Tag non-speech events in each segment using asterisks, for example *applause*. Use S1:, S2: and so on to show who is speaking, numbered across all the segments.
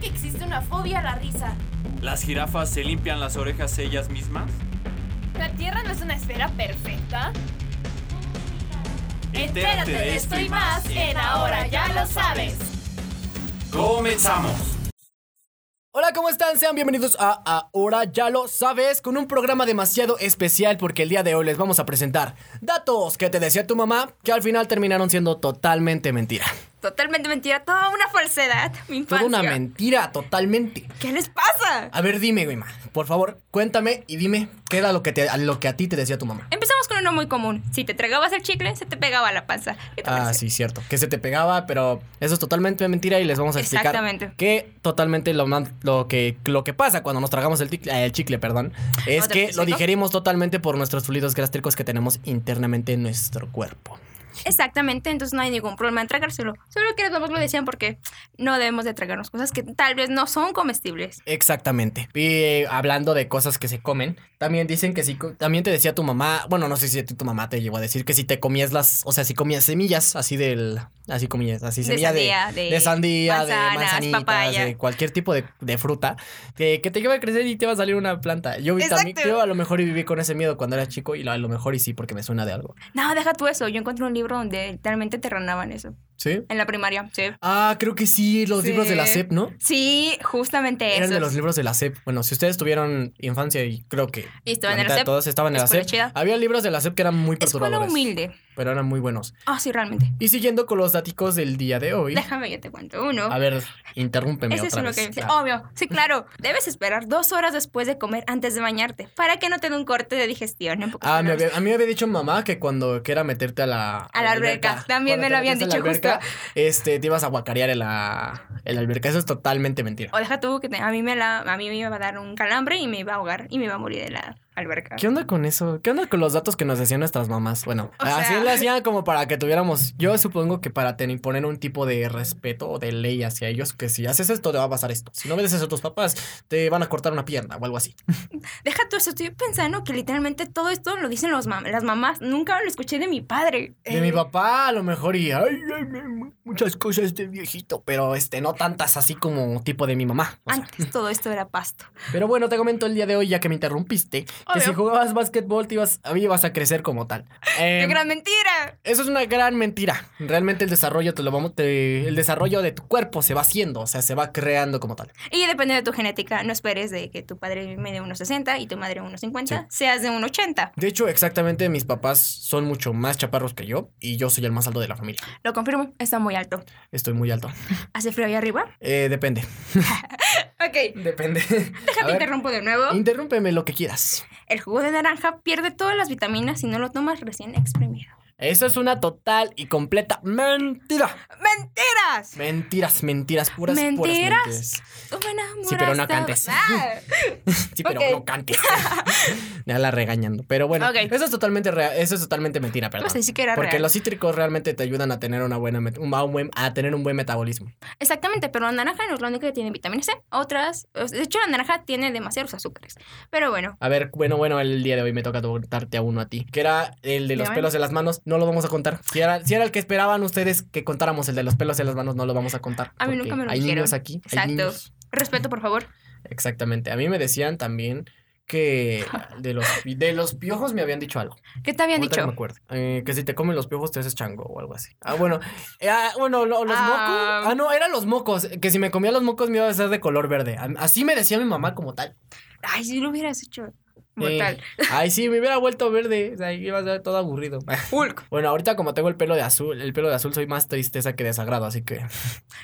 S1: que existe una fobia a la risa.
S2: ¿Las jirafas se limpian las orejas ellas mismas?
S1: ¿La Tierra no es una esfera perfecta?
S2: Entérate de esto y más en Ahora Ya Lo Sabes. ¡Comenzamos!
S3: Hola, ¿cómo están? Sean bienvenidos a Ahora Ya Lo Sabes, con un programa demasiado especial porque el día de hoy les vamos a presentar datos que te decía tu mamá que al final terminaron siendo totalmente mentira.
S4: Totalmente mentira, toda una falsedad. Mi
S3: Toda
S4: infancia.
S3: una mentira, totalmente.
S4: ¿Qué les pasa?
S3: A ver, dime, Guima, por favor, cuéntame y dime qué era lo que, te- lo que a ti te decía tu mamá.
S4: Empezamos con uno muy común. Si te tragabas el chicle, se te pegaba la panza. ¿Qué te
S3: Ah,
S4: parece?
S3: sí, cierto. Que se te pegaba, pero eso es totalmente mentira y les vamos a explicar.
S4: Exactamente.
S3: Que totalmente lo, man- lo, que, lo que pasa cuando nos tragamos el, tic- eh, el chicle, perdón, es
S4: ¿Otra
S3: que
S4: vez,
S3: lo
S4: chico?
S3: digerimos totalmente por nuestros fluidos gástricos que tenemos internamente en nuestro cuerpo.
S4: Exactamente, entonces no hay ningún problema en tragárselo. Solo que los mamás lo decían porque no debemos de tragarnos cosas que tal vez no son comestibles.
S3: Exactamente. Y eh, hablando de cosas que se comen, también dicen que si co- también te decía tu mamá, bueno, no sé si tu mamá te llegó a decir que si te comías las, o sea, si comías semillas así del así comías, así
S4: De
S3: semilla de
S4: sandía,
S3: de,
S4: de
S3: sandía, de
S4: manzanas,
S3: manzanitas,
S4: papaya.
S3: de cualquier tipo de, de fruta, que, que te iba a crecer y te iba a salir una planta. Yo vi también,
S4: Exacto.
S3: yo a lo mejor y viví con ese miedo cuando era chico y lo- a lo mejor y sí porque me suena de algo.
S4: No, deja tú eso. Yo encontré un libro donde realmente te renaban eso.
S3: ¿Sí?
S4: En la primaria, sí.
S3: Ah, creo que sí, los
S4: Sí.
S3: libros de la SEP, ¿no?
S4: Sí, justamente
S3: Eran
S4: eso.
S3: de los libros de la SEP. Bueno, si ustedes tuvieron infancia y creo que
S4: Y estaban
S3: la
S4: en
S3: mitad
S4: la
S3: de
S4: SEP.
S3: todos estaban en la
S4: Escuela
S3: SEP.
S4: chida.
S3: Había libros de la SEP que eran muy
S4: Escuela
S3: perturbadores,
S4: humilde.
S3: pero eran muy buenos.
S4: Ah, sí, realmente.
S3: Y siguiendo con los daticos del día de hoy.
S4: Déjame, yo te cuento uno.
S3: A ver, interrúmpeme
S4: Ese es
S3: otra
S4: uno
S3: vez.
S4: que dice,
S3: Ah,
S4: obvio, sí, claro, debes esperar dos horas después de comer antes de bañarte para que no te dé un corte de digestión. en pocas
S3: Ah, me
S4: palabras.
S3: había- a mí me había dicho mamá que cuando que era meterte a la,
S4: A la alberca. También
S3: cuando
S4: me
S3: te
S4: lo habían
S3: metías a la
S4: dicho justo.
S3: Este, te ibas a guacarear en la, en la alberca. Eso es totalmente mentira.
S4: O deja tú que te- a mí me la, a mí me iba a dar un calambre y me iba a ahogar y me iba a morir de la alberca.
S3: ¿Qué onda con eso? ¿Qué onda con los datos que nos decían nuestras mamás? Bueno,
S4: O
S3: así
S4: sea-
S3: lo hacían como para que tuviéramos, yo supongo que para tener, poner un tipo de respeto o de ley hacia ellos, que si haces esto te va a pasar esto. Si no obedeces a tus papás, te van a cortar una pierna o algo así.
S4: Deja tú eso, estoy pensando que literalmente todo esto lo dicen los mam- las mamás. Nunca lo escuché de mi padre. Eh,
S3: De mi papá a lo mejor y ay, ay, ay, mu- muchas cosas de viejito, pero este no tantas así como tipo de mi mamá. o sea.
S4: Antes todo esto
S3: *laughs*
S4: era pasto.
S3: Pero bueno, te comento el día de hoy ya que me interrumpiste, que
S4: Obvio.
S3: si jugabas básquetbol te ibas, a mí ibas a crecer como
S4: *laughs*
S3: tal.
S4: ¡Qué
S3: Em,
S4: gran mentira!
S3: Eso es una gran mentira. Realmente el desarrollo te lo vamos, te- el desarrollo de tu cuerpo se va haciendo, o sea, se va creando como tal.
S4: Y depende de tu genética, no esperes de que tu padre mide unos 60 y tu madre unos 50, seas de un 80.
S3: De hecho, exactamente mis papás son mucho más chaparros que yo y yo soy el más alto de la familia.
S4: Lo confirmo, está muy alto.
S3: Estoy muy alto.
S4: ¿Hace frío ahí arriba?
S3: Eh, depende.
S4: Ok,
S3: Depende. *laughs* A
S4: déjate
S3: ver,
S4: interrumpo de nuevo.
S3: Interrúmpeme lo que quieras.
S4: El jugo de naranja pierde todas las vitaminas si no lo tomas recién exprimido.
S3: Eso es una total y completa mentira.
S4: ¡Mentiras!
S3: Mentiras, mentiras, puras, puras
S4: ¿Mentiras?
S3: mentiras.
S4: Tú me enamoraste.
S3: Sí, pero no cantes. *laughs*
S4: Ah,
S3: Sí, pero
S4: Ok.
S3: no cantes. *laughs* Ya la regañando. Pero bueno,
S4: Ok.
S3: eso es totalmente rea- eso es totalmente mentira, perdón.
S4: Vas a decir que era
S3: Porque
S4: real.
S3: los cítricos realmente te ayudan a tener una buena met- un, a un buen, a tener un buen metabolismo.
S4: Exactamente, pero la naranja no es la única que tiene vitamina C. Otras, de hecho, la naranja tiene demasiados azúcares. Pero bueno,
S3: A ver, bueno, bueno, el día de hoy me toca contarte a uno a ti, que era el de los
S4: Dígame.
S3: pelos de las manos, no lo vamos a contar. Si era, si era el que esperaban ustedes que contáramos el de los pelos de las manos, no lo vamos a contar.
S4: a mí
S3: porque
S4: nunca me lo
S3: Hay
S4: dijeron.
S3: niños aquí. hay
S4: Exacto.
S3: niños.
S4: Respeto, por favor.
S3: Exactamente. A mí me decían también
S4: *laughs*
S3: que de los, de los piojos me habían dicho algo.
S4: ¿Qué te habían
S3: Ahorita no
S4: dicho?
S3: me acuerdo. Eh, que si te comen los piojos te haces chango o algo así. Ah, bueno. Eh, ah, bueno, lo- los
S4: Ah.
S3: mocos. Ah, no, eran los mocos. Que si me comía los mocos me iba a hacer de color verde. A- Así me decía mi mamá como tal.
S4: Ay, si lo hubieras hecho. Mortal.
S3: Eh, ay, sí, me hubiera vuelto verde. O sea, iba a ser todo
S4: *laughs*
S3: aburrido.
S4: Hulk.
S3: Bueno, ahorita como tengo el pelo de azul, el pelo de azul soy más tristeza que desagrado, así que.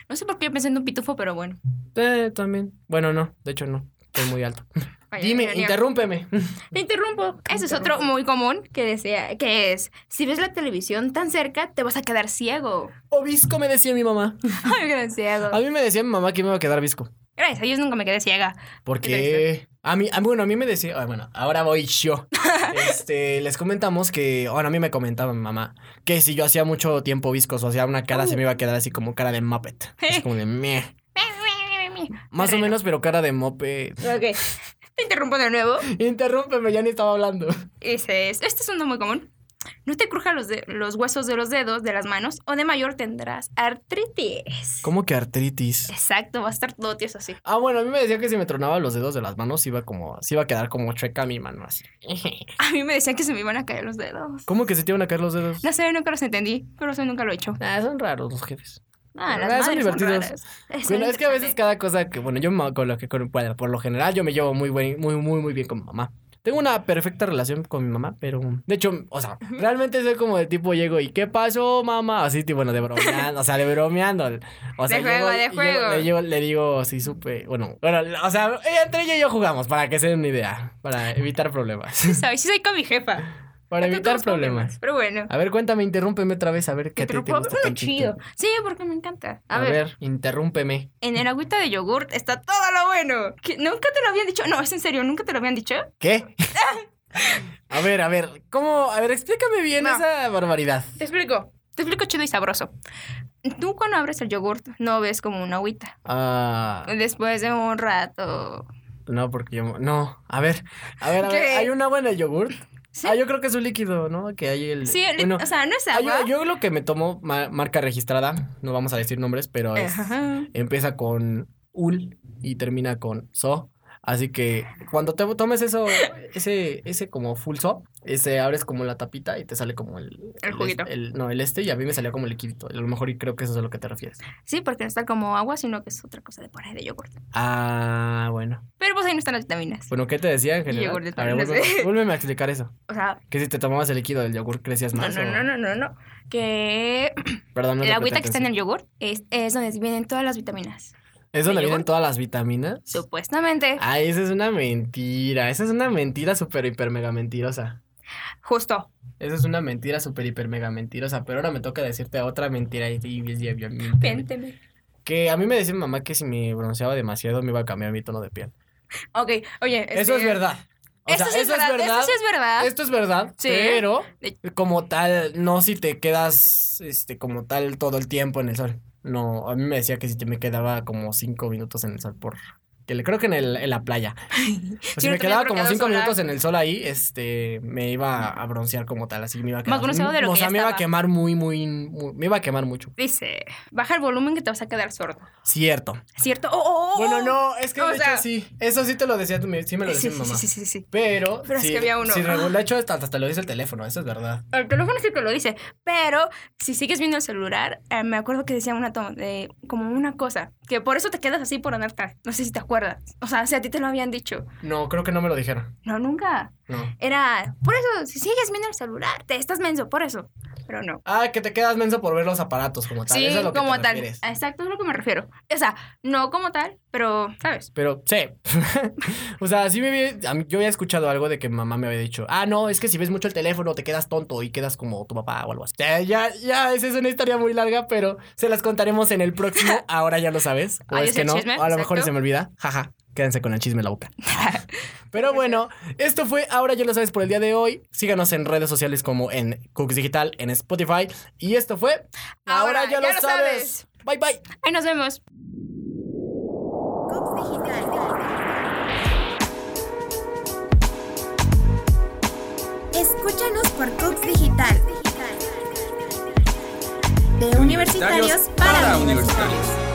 S4: No sé por qué pensé en un pitufo, pero bueno.
S3: Eh, también. Bueno, no, de hecho no. Estoy muy alto.
S4: Vaya,
S3: Dime,
S4: ironía.
S3: interrúmpeme.
S4: Te interrumpo. Ese es otro muy común que decía, que es, si ves la televisión tan cerca, te vas a quedar ciego. *laughs*
S3: Obisco me decía mi mamá.
S4: Ay, me quedé ciego.
S3: A mí me decía mi mamá que me iba a quedar visco.
S4: Gracias a Dios nunca me
S3: *laughs*
S4: quedé ciega.
S3: Porque a mí, a- bueno, a mí me decía, ah, bueno, ahora voy *laughs* yo. Este, les comentamos que, bueno, a mí me comentaba mi mamá que si yo hacía mucho tiempo viscos o hacía una cara, se me iba a quedar así como cara de Muppet. Es como de meh. Más o
S4: Terreno.
S3: menos, pero cara de Muppet.
S4: Ok. Te interrumpo de nuevo.
S3: Interrúmpeme, ya ni estaba hablando.
S4: Dices, esto Este es uno muy común. no te crujan los, de- los huesos de los dedos, de las manos, o de mayor tendrás artritis.
S3: ¿Cómo que artritis?
S4: Exacto, va a estar todo tieso así.
S3: Ah, bueno, a mí me decía que si me tronaba los dedos de las manos iba como, se iba a quedar como chueca mi mano *laughs* así.
S4: A mí me decían que se me iban a caer los dedos.
S3: ¿Cómo que se te iban a caer los dedos?
S4: No sé, nunca los entendí, pero eso nunca lo he hecho.
S3: Ah, son raros los jefes.
S4: Ah,
S3: Pero nada,
S4: las madres
S3: son
S4: Son
S3: divertidos.
S4: raras. Es
S3: Bueno, es que a veces
S4: interesante.
S3: cada cosa que, bueno, yo me- con lo que con, bueno, por lo general yo me llevo muy buen, muy, muy, muy bien con mi mamá. Tengo una perfecta relación con mi mamá, pero de hecho, o sea, realmente soy como de tipo llego y ¿qué pasó, mamá? Así tipo, bueno, de bromeando, o sea, de bromeando. O sea,
S4: De
S3: llego
S4: juego,
S3: y
S4: de
S3: llego-
S4: juego.
S3: le, llevo- le digo, sí, supe, bueno, bueno, o sea, ella- entre ella y yo jugamos, para que se den una idea, para evitar problemas. *laughs*
S4: *laughs* Sí soy, sí soy con mi jefa.
S3: Para
S4: Tú
S3: evitar
S4: tienes
S3: problemas.
S4: Pero bueno.
S3: A ver, cuéntame, interrúmpeme otra vez, a ver qué te,
S4: Que te
S3: te
S4: lo puedo-
S3: gusta
S4: Uno
S3: tanto.
S4: chido. Sí, porque me encanta.
S3: A, ver, interrúmpeme.
S4: en el agüita de yogurt está todo lo bueno. ¿Qué? ¿Nunca te lo habían dicho? No, es en serio, ¿nunca te lo habían dicho?
S3: ¿Qué? A ver, a ver, ¿cómo? A ver, explícame bien
S4: No.
S3: esa
S4: *laughs*
S3: barbaridad.
S4: Te explico. Te explico chido y sabroso. Tú cuando abres el yogurt no ves como una agüita.
S3: Ah,
S4: Después de un rato...
S3: no, porque yo. No, a ver, a ver, a ver,
S4: ¿Qué?
S3: hay una buena yogurt.
S4: Sí.
S3: Ah, yo creo que es un líquido, ¿no? Que hay el.
S4: Sí, el-
S3: bueno,
S4: o sea, no es
S3: ah,
S4: agua.
S3: yo, yo lo que me tomo, ma- marca registrada, no vamos a decir nombres, pero es-
S4: Ajá.
S3: empieza con ul y termina con so. Así que cuando te tomes eso, ese, ese como full so, ese abres como la tapita y te sale como el.
S4: El juguito.
S3: est- el- no, el este, y a mí me salía como el liquidito. A lo mejor y creo que eso es a lo que te refieres.
S4: Sí, porque no está como agua, sino que es otra cosa de por ahí de yogurt.
S3: Ah, bueno.
S4: Pero pues ahí no están las vitaminas.
S3: Bueno, ¿qué te decía en
S4: Y
S3: general?
S4: yogur de
S3: A ver,
S4: tablas,
S3: vuélveme-
S4: ¿eh?
S3: vuélveme a explicar eso.
S4: O sea,
S3: Que si te tomabas el líquido del yogur crecías
S4: no,
S3: más.
S4: no,
S3: o-
S4: no, no, no, no. Que
S3: Perdón, no te
S4: la agüita que está en
S3: presté
S4: el yogurt es, es donde vienen todas las vitaminas.
S3: atención. ¿Es donde
S4: ¿el
S3: vienen
S4: yogur?
S3: todas las vitaminas?
S4: Supuestamente.
S3: Ah, esa es una mentira. Esa es una mentira súper, hiper, mega mentirosa. Ah.
S4: Justo.
S3: Esa es una mentira súper, hiper, mega mentirosa. Pero ahora me toca decirte otra mentira. y- y- y- y-
S4: *laughs*
S3: y-
S4: Pénteme.
S3: Que a mí me decía mi mamá que si me bronceaba demasiado me iba a cambiar mi tono de piel.
S4: Ok, oye.
S3: Eso
S4: este,
S3: es verdad. O
S4: Eso
S3: sea,
S4: sí es verdad. Eso sí es verdad.
S3: Esto es verdad,
S4: Ah, Sí.
S3: pero
S4: De-
S3: como tal, no si te quedas este, como tal todo el tiempo en el sol. No, a mí me decía que si te me quedaba como cinco minutos en el sol por... Que le creo que en, el- en la
S4: *laughs*
S3: playa. Pues si
S4: no
S3: me
S4: te
S3: quedaba
S4: había
S3: como
S4: bloqueado
S3: cinco
S4: solar.
S3: minutos en el sol ahí, este, me iba a broncear como tal, así me iba a quedar.
S4: bronceado de lo
S3: o
S4: que
S3: sea,
S4: ya
S3: me iba a
S4: estaba.
S3: quemar muy, muy, muy- me iba a quemar mucho.
S4: Dice, baja el volumen que te vas a quedar sordo.
S3: Cierto.
S4: ¿Cierto? Oh, oh, oh.
S3: Bueno, no, es que
S4: O
S3: de hecho
S4: sea-
S3: sí, eso sí te lo decía tú, sí me lo
S4: Sí,
S3: decía mi
S4: sí,
S3: mamá.
S4: sí, sí, sí, sí.
S3: Pero,
S4: Pero es
S3: sí,
S4: que había uno.
S3: sí, regu- de hecho hasta, hasta lo dice el teléfono, eso es verdad.
S4: El teléfono sí te lo dice, pero si sigues viendo el celular, eh, me acuerdo que decía una to- de- como una cosa, que por eso te quedas así por andar tan- No sé si te acuerdas. O sea, si a ti te lo habían dicho.
S3: No, creo que no me lo dijeron.
S4: No, nunca.
S3: No.
S4: Era, por eso, si sigues viendo el celular, te estás menso, por eso. Pero no.
S3: Ah, que te quedas menso por ver los aparatos como tal.
S4: sí,
S3: Eso es a lo que
S4: como
S3: te
S4: tal.
S3: refieres.
S4: Exacto, es a lo que me refiero. O sea, no como tal, pero,
S3: pues,
S4: ¿sabes?
S3: Pero sí. *laughs* o sea, sí me vi- a mí- yo había escuchado algo de que mi mamá me había dicho, ah, no, es que si ves mucho el teléfono te quedas tonto y quedas como tu papá o algo así. Ya, ya, ya, esa es una historia muy larga, pero se las contaremos en el
S4: *laughs*
S3: próximo. Ahora ya lo sabes. O
S4: Ahí
S3: es
S4: es
S3: que
S4: el
S3: no.
S4: chisme,
S3: o a lo mejor
S4: exacto.
S3: se me olvida. Jaja. Quédense con el chisme en la
S4: *laughs*
S3: boca. Pero bueno, esto fue Ahora ya lo sabes por el día de hoy. Síganos en redes sociales como en Cooks Digital, en Spotify. Y esto fue
S4: Ahora ya lo sabes.
S3: Bye bye.
S4: Ahí nos vemos.
S2: Cooks Digital. Escúchanos por Cooks Digital. De universitarios para universitarios.